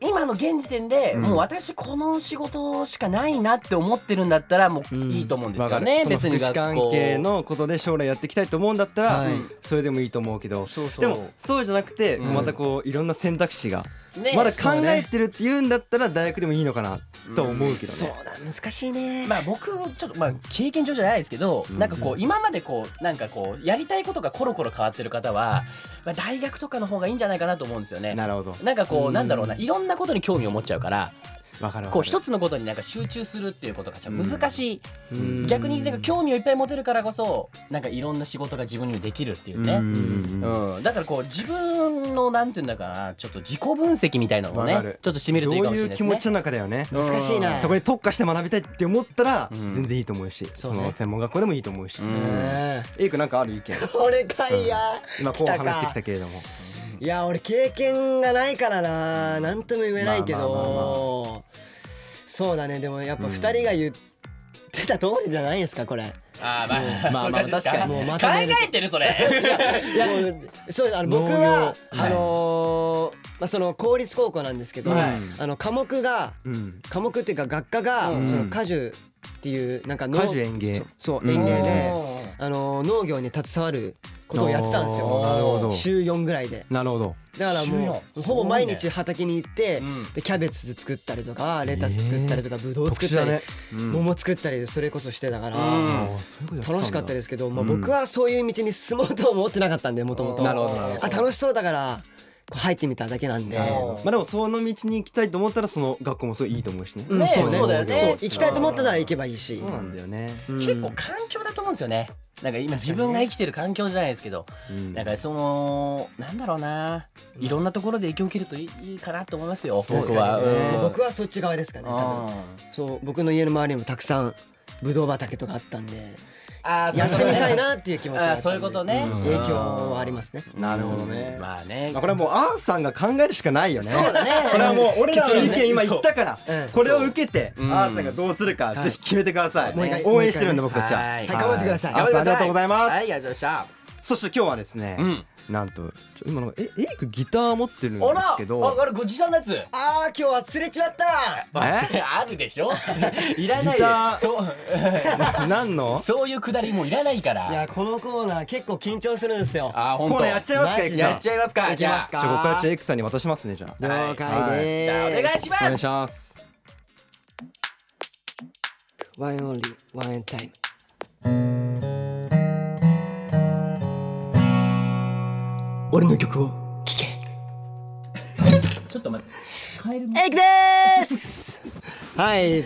Speaker 5: 今の現時点でもう私この仕事しかないなって思ってるんだったらもういいと思うんです
Speaker 2: わ
Speaker 5: よ
Speaker 2: かる
Speaker 5: ね、
Speaker 2: その
Speaker 5: 別
Speaker 2: 福
Speaker 5: に
Speaker 2: 祉
Speaker 5: 学
Speaker 2: 関
Speaker 5: 校
Speaker 2: 係のことで将来やっていきたいと思うんだったら、
Speaker 4: はい
Speaker 2: それでもいいと思うけど
Speaker 5: そうそう
Speaker 2: でもそうじゃなくて、またこういろんな選択肢が、
Speaker 5: ね
Speaker 2: まだ考えてるって言うんだったら大学でもいいのかなと思うけどね。
Speaker 4: そうだ難しいね。
Speaker 5: まあ僕ちょっとまあ経験上じゃないですけど、なんかこう今までこうなんかこうやりたいことがコロコロ変わってる方は、まあ、大学とかの方がいいんじゃないかなと思うんですよね。
Speaker 2: なるほど
Speaker 5: なんかこうなんだろうないろんなことに興味を持っちゃうから
Speaker 2: わかるわかる
Speaker 5: こう一つのことになんか集中するっていうことがちょっと難しい、
Speaker 2: うん
Speaker 5: 逆になんか興味をいっぱい持てるからこそなんかいろんな仕事が自分にもできるっていうね、
Speaker 2: うん
Speaker 5: うん、だからこう自分のなんていうんだかなちょっと自己分析みたいなのを
Speaker 2: わか
Speaker 5: ね
Speaker 2: る
Speaker 5: ちょっとしてみるといいか
Speaker 2: どう
Speaker 5: もしれ
Speaker 2: い
Speaker 5: な
Speaker 2: う
Speaker 5: いです
Speaker 2: 気
Speaker 5: ね。
Speaker 2: 持ちの中だよね。
Speaker 4: 難しいな。
Speaker 2: そこに特化して学びたいって思ったら
Speaker 5: ん
Speaker 2: 全然いいと思うし、
Speaker 5: そ
Speaker 2: そう
Speaker 5: ね
Speaker 2: の専門学校でもいいと思うし、
Speaker 5: うん
Speaker 4: うん
Speaker 2: エイクなんかある意見
Speaker 4: これかいや。
Speaker 2: 今こう話してきたけれども
Speaker 4: いや俺経験がないからな何とも言えないけ
Speaker 2: まあまあまあ
Speaker 4: どそうだねでもやっぱ2人が言ってた通りじゃないですかこれ
Speaker 5: あーまあ、
Speaker 2: ま
Speaker 5: *laughs* そうい
Speaker 2: あ
Speaker 5: う感じです
Speaker 2: まあ確かに
Speaker 4: もうま
Speaker 5: 考
Speaker 4: とめる
Speaker 5: えてるそれ。
Speaker 4: いやそうあの
Speaker 2: 農業
Speaker 4: 僕は
Speaker 2: は
Speaker 4: あ
Speaker 2: い
Speaker 4: のーまあその公立高校なんですけど
Speaker 5: はい
Speaker 4: あの科目が
Speaker 2: うん
Speaker 4: 科目っていうか学科が
Speaker 5: うん
Speaker 4: その果樹っていうなんか農
Speaker 2: 果樹園芸
Speaker 4: そう
Speaker 2: うん
Speaker 4: 園芸で
Speaker 5: おー
Speaker 4: あのー農業に携わることをやってたんです
Speaker 2: おーなる
Speaker 4: よ
Speaker 2: ほど
Speaker 4: 週4ぐらいで
Speaker 2: なるほど
Speaker 4: だからも
Speaker 5: 週
Speaker 4: う
Speaker 5: 四
Speaker 4: ほぼ毎日畑に行って、
Speaker 5: すごいねうん
Speaker 4: でキャベツ作ったりとかレタス作ったりとか、ぶどう作ったり、
Speaker 2: うん
Speaker 4: 桃作ったりそれこそしてたから、
Speaker 5: うん
Speaker 2: あーそういうことやてたんだ
Speaker 4: 楽しかったですけど、まあ、
Speaker 2: うん
Speaker 4: 僕はそういう道に進もうとは思ってなかったんでもともと
Speaker 5: なるほどなるほど
Speaker 4: あ楽しそうだからこう入ってみただけなんで、
Speaker 5: なるほど
Speaker 2: まあでもその道に行きたいと思ったらその学校もすごいいいと思うしね、
Speaker 4: うん
Speaker 5: ね
Speaker 4: そうね
Speaker 5: そうだよね
Speaker 4: そう行きたいと思ったなら行けばいいし、
Speaker 2: そうなんだよね、
Speaker 4: うん
Speaker 5: 結構環境だと思うんですよね。なんか今自分が生きてる環境じゃないですけど、
Speaker 2: うん
Speaker 5: なんかそのなんだろうないろんなところで影響を受けるといいいいかなと思いますよ。
Speaker 2: うです
Speaker 5: 僕
Speaker 2: ね
Speaker 5: は。
Speaker 2: うん
Speaker 4: 僕はそっち側ですかね
Speaker 5: うん
Speaker 4: 多分そう僕の家の周りにもたくさんぶどう畑とかあったんで
Speaker 5: あーそう
Speaker 4: や
Speaker 5: いう
Speaker 4: っ
Speaker 5: こと
Speaker 4: てみ
Speaker 5: ね
Speaker 4: たいなっていう気持ちがあった
Speaker 5: あー
Speaker 4: んで
Speaker 5: そういうことね
Speaker 4: ん影響はありますね、
Speaker 2: なるほどね
Speaker 5: まあね
Speaker 2: まあ、。これはもうアーさんが考えるしかないよね
Speaker 5: そうだね。
Speaker 2: これはもう俺らの
Speaker 5: 結論
Speaker 2: 意
Speaker 5: ね
Speaker 2: 見今言ったから、
Speaker 4: うん
Speaker 2: これを受けて、
Speaker 5: ん
Speaker 2: アーさんがどうするか、ぜひ決めてください、
Speaker 4: もう一回
Speaker 2: 応援してるんで僕たちは
Speaker 5: はい
Speaker 4: 頑張ってください
Speaker 2: アーさんありがとうございます、
Speaker 5: はい、ありがとうございまし
Speaker 2: そして今日はですね、
Speaker 5: うん
Speaker 2: なんとちょ今なんかえエイクギター持ってるんで
Speaker 5: た。あ
Speaker 2: すけ
Speaker 5: ら、あ
Speaker 2: ど
Speaker 5: あれご持参のやつ。
Speaker 4: ああ今日忘れちまった
Speaker 5: 忘れあるで
Speaker 2: *laughs*
Speaker 5: しょいらない
Speaker 2: ギター
Speaker 5: そう
Speaker 2: な何の
Speaker 5: *laughs* そういうくだりもういらないか
Speaker 4: い
Speaker 5: ら
Speaker 4: やこのコーナー結構緊張するんですよ。
Speaker 5: あ本
Speaker 2: コー
Speaker 5: 当
Speaker 2: ナーやっちゃいますかエイクさん
Speaker 5: やっちゃいますか
Speaker 4: いきます
Speaker 2: じゃあここからちょっ
Speaker 4: か。
Speaker 2: とエイクさんに渡しますねじゃあ
Speaker 5: じゃあ
Speaker 4: 了解です
Speaker 5: じゃあお願いします
Speaker 2: お願いします
Speaker 4: ワンオンリーワンエンタイム。俺の曲を聴け。
Speaker 5: ちょっと待ってカエルの
Speaker 4: エイクでーす。 *laughs* はい。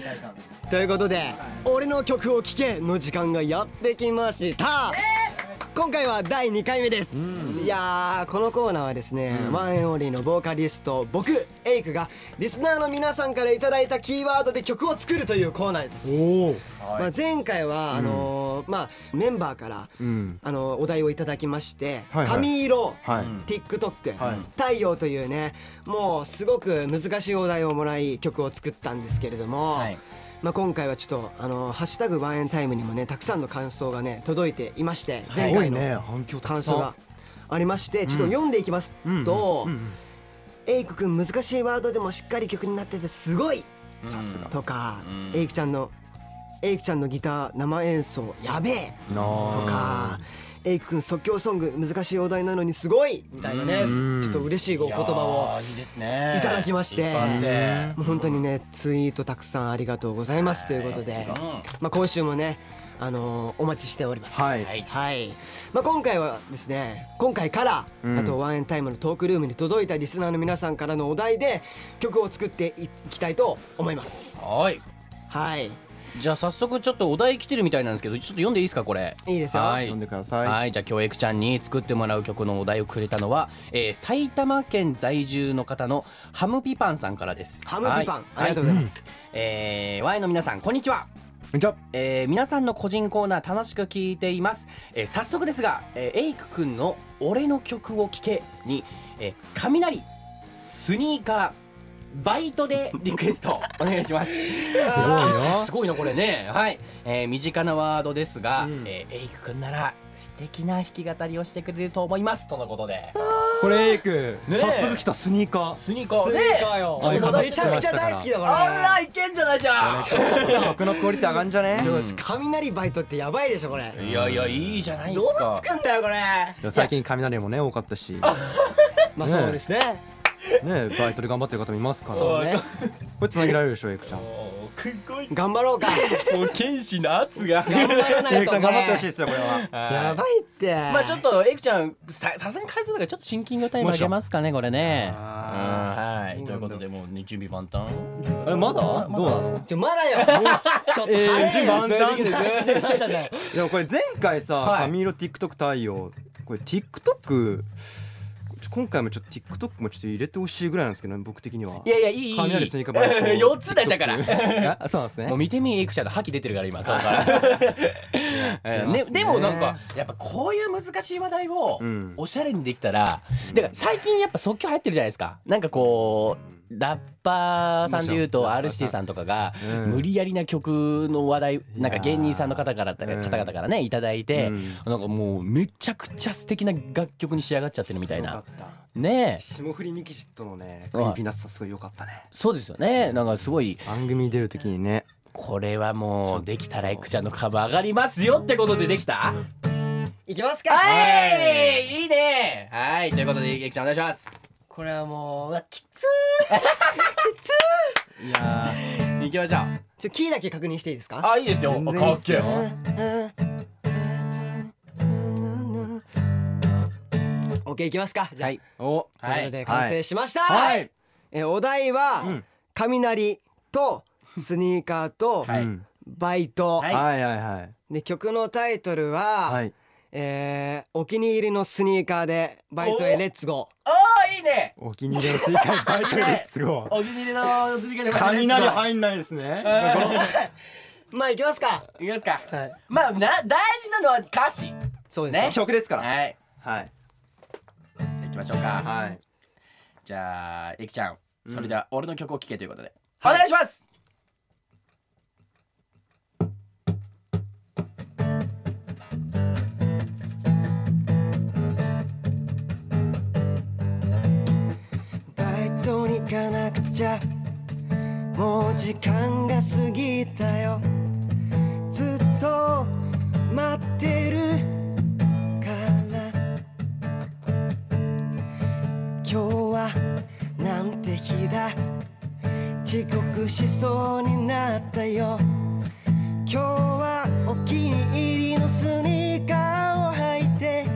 Speaker 4: ということで、俺の曲を聴けの時間がやってきました。今回は第2回目です、いやーこのコーナーはですね、ワンエンオンリーのボーカリスト僕エイクがリスナーの皆さんからいただいたキーワードで曲を作るというコーナーです
Speaker 2: お
Speaker 4: まあ、前回は、あのーまあ、メンバーから、
Speaker 2: ん
Speaker 4: あのーお題をいただきまして、
Speaker 2: はいはい
Speaker 4: 髪色、
Speaker 2: はい
Speaker 4: TikTok、
Speaker 2: はい
Speaker 4: 太陽というねもうすごく難しいお題をもらい曲を作ったんですけれども、
Speaker 5: はい
Speaker 4: まあ、今回はちょっと「あのーハッシュタグワンエンタイム」にもねたくさんの感想がね届いていまして前
Speaker 2: す
Speaker 4: 回の
Speaker 2: ごいね反響たくさん
Speaker 4: 感想がありましてちょっと読んでいきますと「エイクくん難しいワードでもしっかり曲になっててすごい!」とか、エイクちゃんのエイクちゃんのギター生演奏やべえ
Speaker 2: なあ
Speaker 4: とか、エイクくん即興ソング難しいお題なのにすごいみたいなね、ちょっと嬉しいお言葉を
Speaker 5: いやーいいですね
Speaker 4: いただきまして
Speaker 5: いっぱいあって
Speaker 4: もう本当にねツイートたくさんありがとうございますということで、まあ、今週もね、あのーお待ちしております、
Speaker 2: はい
Speaker 4: はいまあ、今回はですね今回から、あとワンエンタイムのトークルームに届いたリスナーの皆さんからのお題で曲を作っていきたいと思います
Speaker 5: はい
Speaker 4: はい
Speaker 5: じゃあ早速ちょっとお題来てるみたいなんですけどちょっと読んでいいですかこれ
Speaker 4: いいですよ
Speaker 5: はい
Speaker 2: 読んでください
Speaker 5: はいじゃあ京エクちゃんに作ってもらう曲のお題をくれたのは、えー埼玉県在住の方のハムピパンさんからです
Speaker 4: ハムピパン、
Speaker 5: はい
Speaker 4: ありがとうございます、
Speaker 5: えー、Y の皆さんこんにちは
Speaker 2: じゃあ
Speaker 5: えー皆さんの個人コーナー楽しく聞いています、えー早速ですが、えーエイクくんの「俺の曲を聴け」に、えー雷スニーカーバイトでリクエス *laughs* トお願いしますすごいなこれねはい、えー身近なワードですが、えーエイクくんなら素敵な弾き語りをしてくれると思いますとのことで
Speaker 2: これエイク
Speaker 5: ねえ
Speaker 2: 早速来たスニーカー
Speaker 5: スニーカーね
Speaker 2: よ
Speaker 5: ちょっと
Speaker 4: めちゃくちゃ大好きだから
Speaker 5: あ
Speaker 4: ね
Speaker 5: らいけんじゃないじゃん
Speaker 2: 曲のクオリティ上がんじゃね
Speaker 4: でも雷バイトってやばいでしょこれ
Speaker 5: いやいやいいじゃないで
Speaker 4: ど
Speaker 5: す
Speaker 4: う
Speaker 5: か
Speaker 4: つくんだよこれ
Speaker 2: いや最近雷もね多かったしね
Speaker 4: まあそうですね
Speaker 2: えバイトで頑張ってる方もいますからねこれ繋げられるでしょエイクちゃん
Speaker 4: 頑張ろうか
Speaker 5: もう剣士の圧が
Speaker 4: 頑張ら
Speaker 2: エ
Speaker 4: な
Speaker 2: イク
Speaker 4: いと
Speaker 2: さん頑張ってほしい
Speaker 4: い
Speaker 2: ですよこれは
Speaker 4: やばいって
Speaker 5: まあちょっとエイクちゃんささすがに返すのがちょっとシンキングタイムあげますかねこれね。うんはいということでもうね準備万端。
Speaker 2: えまだどうなの
Speaker 4: ちょまだ
Speaker 5: *laughs*
Speaker 4: よもうちょっと
Speaker 2: えー、
Speaker 4: 早い
Speaker 2: 順
Speaker 4: よ
Speaker 2: 番だ
Speaker 4: 全然全然まだだよ
Speaker 2: いやこれ前回さ、
Speaker 5: はい
Speaker 2: 髪色 TikTok 対応これ TikTok ちょ今回もちょっと TikTok もちょっと入れてほしいぐらいなんですけど、ね、僕的には
Speaker 5: *laughs*
Speaker 2: い
Speaker 5: やいやいいいい。
Speaker 2: 雷スニーカー *laughs* バイト
Speaker 5: *laughs* 四つだじゃから。
Speaker 2: あそうなんですね
Speaker 5: もう見てみエイクちゃんの覇気出てるから
Speaker 2: *laughs*
Speaker 5: 今顔から。ねでもなんかやっぱこういう難しい話題を
Speaker 2: うん
Speaker 5: おしゃれにできたら、だから最近やっぱ即興入ってるじゃないですか。なんかこう。ラッパーさんで言うと RCT さんとかが
Speaker 2: うん
Speaker 5: 無理やりな曲の話題なんか芸人さんの方から方
Speaker 2: うん
Speaker 5: 々からねいただいて
Speaker 2: うん
Speaker 5: なんかもうめちゃくちゃ素敵な楽曲に仕上がっちゃってるみたい
Speaker 2: よ
Speaker 5: な
Speaker 2: かった
Speaker 5: ねえ
Speaker 2: 霜降りミキジットのねクリーピーナッツさんすごい良かったね
Speaker 5: そうですよねなんかすごい
Speaker 2: 番組に出る時にね
Speaker 5: これはもうできたらエクちゃんの株上がりますよってことでできた
Speaker 4: いきますか
Speaker 5: はいいいねはいということでエクちゃんお願いします
Speaker 4: これはもううわきつ
Speaker 2: いやー
Speaker 5: 行きましょう
Speaker 4: ちょキーだけ確認していいですか
Speaker 5: あいいですよ
Speaker 2: 全然い
Speaker 5: か
Speaker 2: い
Speaker 5: っ
Speaker 2: っ
Speaker 5: け
Speaker 2: す
Speaker 5: え
Speaker 2: よ
Speaker 4: オッケーいきますかじゃあ、
Speaker 5: はい
Speaker 2: お
Speaker 4: ということで完成しました、
Speaker 2: はい
Speaker 4: えーお題は、
Speaker 2: ん
Speaker 4: 雷とスニーカーと
Speaker 5: はい
Speaker 2: うん
Speaker 4: バイト、
Speaker 5: はい
Speaker 2: はいはいはい
Speaker 4: で曲のタイトルは、
Speaker 2: はい
Speaker 4: えーお気に入りのスニーカーでバイトへレッツゴ
Speaker 5: おーいいね
Speaker 2: お気に入りのスイカにバイトレッツゴー
Speaker 5: お気に入りのスニーカーで
Speaker 2: 雷入んないですね
Speaker 4: ーまあいきますか
Speaker 5: いきますかまあな大事なのは歌詞
Speaker 4: そうですね
Speaker 5: ね
Speaker 2: 曲ですから
Speaker 5: はい
Speaker 2: はい
Speaker 5: じゃあ行きましょうか
Speaker 2: はい
Speaker 5: じゃあエクちゃんそれでは俺の曲を聴けということでお願いします
Speaker 4: バイトに行かなくちゃもう時間が過ぎたよずっと待ってるから今日はなんて日だ遅刻しそうになったよ今日はお気に入りのスニーカーを履いて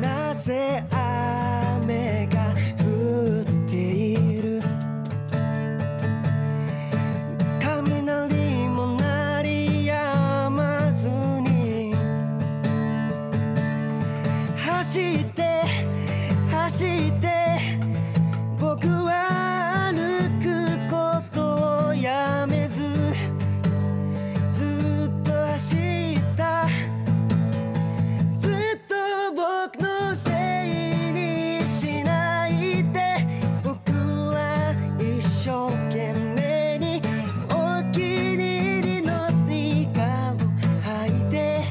Speaker 4: なぜ雨が降っている雷も鳴り止まずに走って走って僕は歩くことをやめずずっと走ったずっと僕のせいにしないで僕は一生懸命にお気に入りのスニーカーを履いて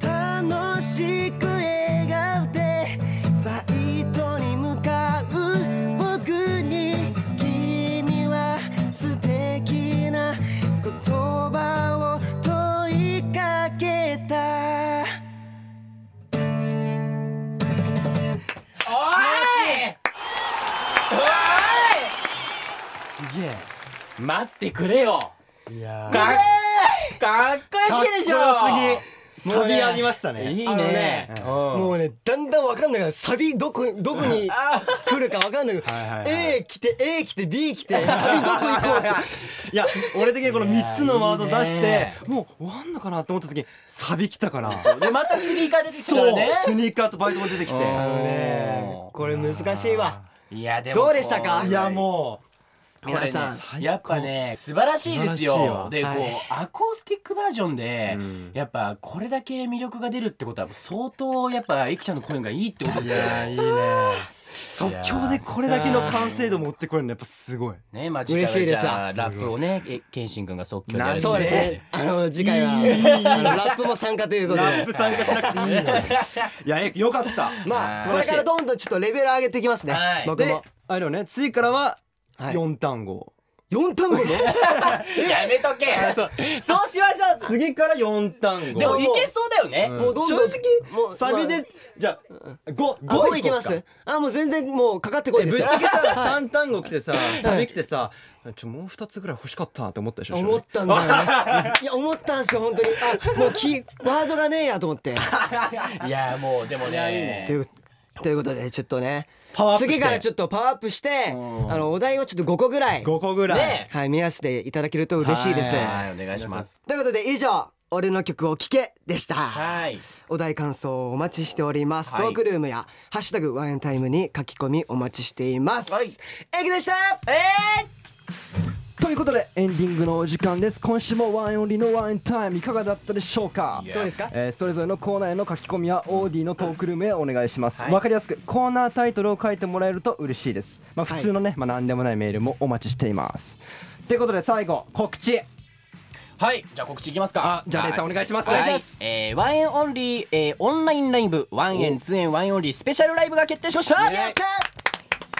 Speaker 4: 楽しく笑顔でバイトに向かう僕に君は素敵な言葉を問いかけた
Speaker 5: おーいお
Speaker 2: すげえ
Speaker 5: い待ってくれよ
Speaker 2: いやー
Speaker 5: かっかっこよすぎでしょ
Speaker 2: かっこよす
Speaker 4: もうね
Speaker 2: 錆び上げましたね
Speaker 5: い
Speaker 4: あ
Speaker 5: いね
Speaker 4: のね。もうねだんだんわかんないからサビどこどこに来るかわかんない
Speaker 2: はいはいはい
Speaker 4: A 来て A 来て B 来てサビどこ行こ
Speaker 2: *laughs*
Speaker 4: うって
Speaker 2: いや俺的にこの3つのワード出
Speaker 5: い
Speaker 2: し
Speaker 5: い
Speaker 2: て
Speaker 5: ね
Speaker 2: もう終わんのかなと思った時にサビ来たから
Speaker 5: うんでまたスニーカー出てきたか
Speaker 2: そ
Speaker 5: ら
Speaker 2: う
Speaker 5: ね
Speaker 2: スニーカーとバイトも出てきて
Speaker 4: あの
Speaker 5: う
Speaker 4: ね
Speaker 5: ん
Speaker 4: これ難しいわ
Speaker 5: いやでも
Speaker 4: どうでしたか
Speaker 2: いやも
Speaker 5: これね
Speaker 4: 皆
Speaker 5: やっぱね素晴らしいです
Speaker 2: 素晴らしい
Speaker 5: よ
Speaker 2: わ
Speaker 5: でこ
Speaker 4: は
Speaker 5: うアコースティックバージョンでやっぱこれだけ魅力が出るってことは相当やっぱいくちゃんの声がいいってことで
Speaker 2: うい
Speaker 5: すよ
Speaker 2: やいいね即興でこれだけの完成度持ってこれるのやっぱすごい
Speaker 5: ねまあ次回
Speaker 4: 嬉し
Speaker 5: はい
Speaker 4: で
Speaker 5: じ
Speaker 4: すわ
Speaker 5: ゃあラップをねえケンシン君が即興でやる
Speaker 4: そうですねあの次回はあのラップも参加ということ
Speaker 2: ラッ
Speaker 4: で
Speaker 2: プ参加しなくていいのよいやえよかった
Speaker 4: まあ
Speaker 5: 素
Speaker 4: こ
Speaker 5: 晴
Speaker 4: れ
Speaker 5: らしい
Speaker 4: からどんどんちょっとレベル上げていきますね
Speaker 5: はい
Speaker 2: *laughs*
Speaker 4: 僕
Speaker 2: で
Speaker 4: も
Speaker 2: あれだよね次からは
Speaker 4: はい
Speaker 2: 4単語
Speaker 4: 4単語の
Speaker 5: やめとけそうしましょ
Speaker 2: *laughs* 次から4単
Speaker 5: う
Speaker 2: 語
Speaker 5: でもいけそうだよね
Speaker 4: もうどんどん
Speaker 2: 正直
Speaker 4: もう
Speaker 2: サビでじゃあ
Speaker 4: あ
Speaker 2: 55
Speaker 4: 五いきますあもう全然もうかかってこい
Speaker 2: え
Speaker 4: で
Speaker 2: ぶっ
Speaker 4: す
Speaker 2: ち
Speaker 4: よ
Speaker 2: ゃ *laughs* けさ三単語来てさサビ来てさちょもう二つぐらい欲しかったなって思ったでしょ
Speaker 4: 思ったんだよねいや思ったんですよ本当にあもうきワードがねえやと思って
Speaker 5: いやもうでもね
Speaker 4: というということでちょっとね
Speaker 2: パワーアップして
Speaker 4: 次からちょっとパワーアップして
Speaker 5: う
Speaker 4: あ
Speaker 5: ん
Speaker 4: のお題をちょっと5個ぐらい
Speaker 2: 5個ぐらい、
Speaker 5: ね
Speaker 4: はい目安でいただけると嬉しいです
Speaker 5: はいお願いします
Speaker 4: ということで以上俺の曲を聴けでした
Speaker 5: はい
Speaker 4: お題感想をお待ちしております、
Speaker 5: はい
Speaker 4: トークルームやハッシュタグワンエンタイムに書き込みお待ちしています、
Speaker 5: はい
Speaker 4: エキでした
Speaker 2: ということでエンディングのお時間です今週もワンエンオンリーのワンエンタイムいかがだったでしょうか
Speaker 5: や
Speaker 4: どうですか
Speaker 2: えーそれぞれのコーナーへの書き込みはオーディのトークルームへお願いしますわ、
Speaker 5: はい
Speaker 2: かりやすくコーナータイトルを書いてもらえると嬉しいですまあ
Speaker 4: はい
Speaker 2: 普通のね、まあ何でもないメールもお待ちしていますということで最後告知
Speaker 5: はいじゃあ告知いきますか
Speaker 2: じゃあレイさんお願いします
Speaker 5: はい
Speaker 2: お願いします
Speaker 5: えーワンエンオンリー、えーオンラインライブワンエンツーエンワンエンオンリースペシャルライブが決定しました、
Speaker 4: やった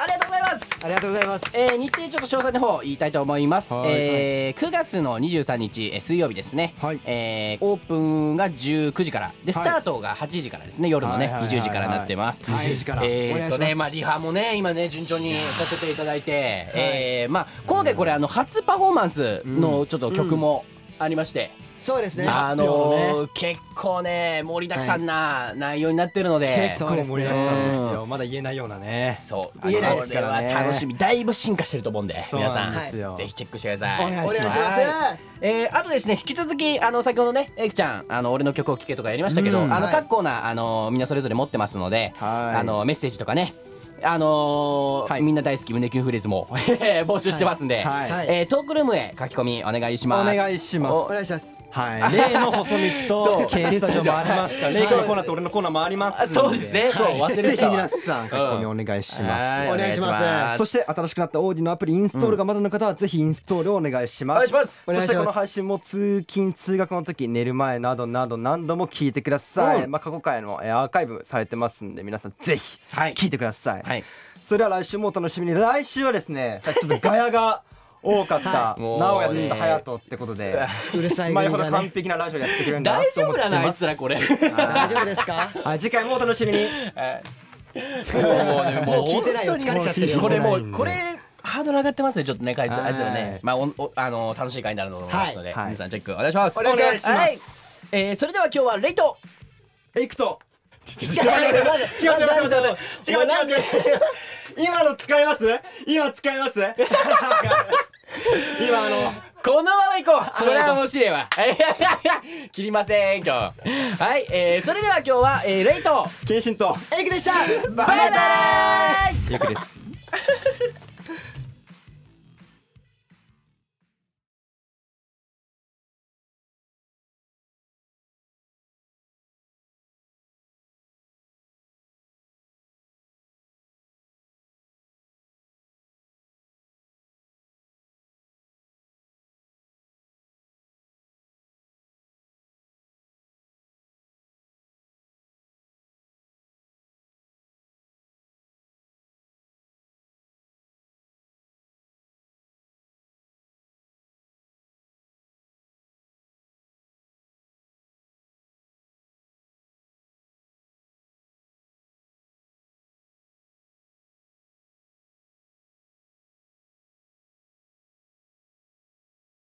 Speaker 5: ありがとうございます
Speaker 4: ありがとうございます
Speaker 5: えー日程ちょっと詳細の方言いたいと思います、
Speaker 2: はい
Speaker 5: えー9月の23日えー水曜日ですね、
Speaker 2: はい
Speaker 5: えーオープンが19時からでスタートが8時からですね夜のね
Speaker 2: はいはいはいはい
Speaker 5: 20時からなってます、
Speaker 2: はい20時から
Speaker 5: え
Speaker 2: お
Speaker 5: ー
Speaker 2: 願
Speaker 5: っ
Speaker 2: い
Speaker 5: と
Speaker 2: し
Speaker 5: ね
Speaker 2: ます
Speaker 5: まあリハもね今ね順調にさせていただいて、えーまあ今回これあの初パフォーマンスのちょっと曲もありまして、
Speaker 4: そうですね
Speaker 5: あのー結構ね盛りだくさんな内容になってるので、
Speaker 2: 結構盛り上がったんですよまだ言えないようなね
Speaker 5: そう
Speaker 4: 言えないで
Speaker 5: こ
Speaker 4: す
Speaker 5: れは楽しみだいぶ進化してると思うんで
Speaker 2: そう
Speaker 5: 皆さ
Speaker 2: なんんですよ
Speaker 5: ぜひチェックしてください
Speaker 2: お願いします
Speaker 4: お願いします
Speaker 5: えーあとですね引き続きあの先ほどねエイキちゃんあの俺の曲を聴けとかやりましたけど、あの各コーナーあのみんなそれぞれ持ってますので、
Speaker 2: はい
Speaker 5: あのメッセージとかねあのーみんな大好き胸キュンフレーズも *laughs* 募集してますんで、
Speaker 2: はいはい
Speaker 5: えートークルームへ書き込みお願いします
Speaker 2: お願いします
Speaker 5: お
Speaker 4: お願いします
Speaker 2: はい、例の細
Speaker 5: そ
Speaker 2: 道
Speaker 5: う
Speaker 2: と経営スタジオもありますから、例のコーナーと俺のコーナーもありますの
Speaker 5: あそうですね、そう忘れてた
Speaker 2: ぜひ皆さん、書き込みお願いします。
Speaker 5: はいお願いします
Speaker 4: お願いしま
Speaker 2: そして新しくなったオーディのアプリインストールがまだの方はぜひインストールをお願いしま
Speaker 5: お
Speaker 2: す。
Speaker 5: 願いします
Speaker 2: そしてこの配信も通勤通学の時、寝る前などなど何度も聞いてください。まあ過去回のえーアーカイブされてますんで皆さんぜひ
Speaker 5: はい
Speaker 2: 聞いてください。
Speaker 5: はい
Speaker 2: それでは来週もお楽しみに。来週はですね、さっきちょっとガヤが多かった、
Speaker 5: *laughs* もう
Speaker 2: なおやと隼人ってこ
Speaker 5: *laughs*
Speaker 2: とで、
Speaker 4: うるさい
Speaker 2: 前
Speaker 4: 組
Speaker 2: ほど
Speaker 4: が
Speaker 2: 完
Speaker 4: ね
Speaker 2: 璧なラジオやってくれるんだな
Speaker 5: 大
Speaker 2: と
Speaker 5: 丈
Speaker 2: 思っ
Speaker 5: 夫
Speaker 2: て
Speaker 5: だなあ
Speaker 2: ま
Speaker 5: い
Speaker 2: す
Speaker 5: つ。らこれ
Speaker 4: 大丈夫ですか
Speaker 2: あ次回もお楽し
Speaker 5: *laughs*
Speaker 2: みに。
Speaker 5: もうねもう
Speaker 4: 聞いてないよ疲れちゃってるよ
Speaker 5: これもうこれハードル上がってますねちょっとねあいつ
Speaker 2: はい
Speaker 5: あいつらねまあおおあの楽しい会になると思いますので、
Speaker 2: はい
Speaker 5: 皆さんチェックお願いします
Speaker 2: お願いします
Speaker 5: はいえー、それでは今日はレイト
Speaker 2: いくと。
Speaker 4: 違う違う違う違う違う
Speaker 2: 違う違う違う今の使います今使います *laughs* 今あの
Speaker 5: このまま行こうそれは面白いわ切りません今日はい、えー、それでは今日は、えー、レイト
Speaker 2: 謙信と
Speaker 4: エイクでした
Speaker 5: バイバイ
Speaker 2: ゆうくです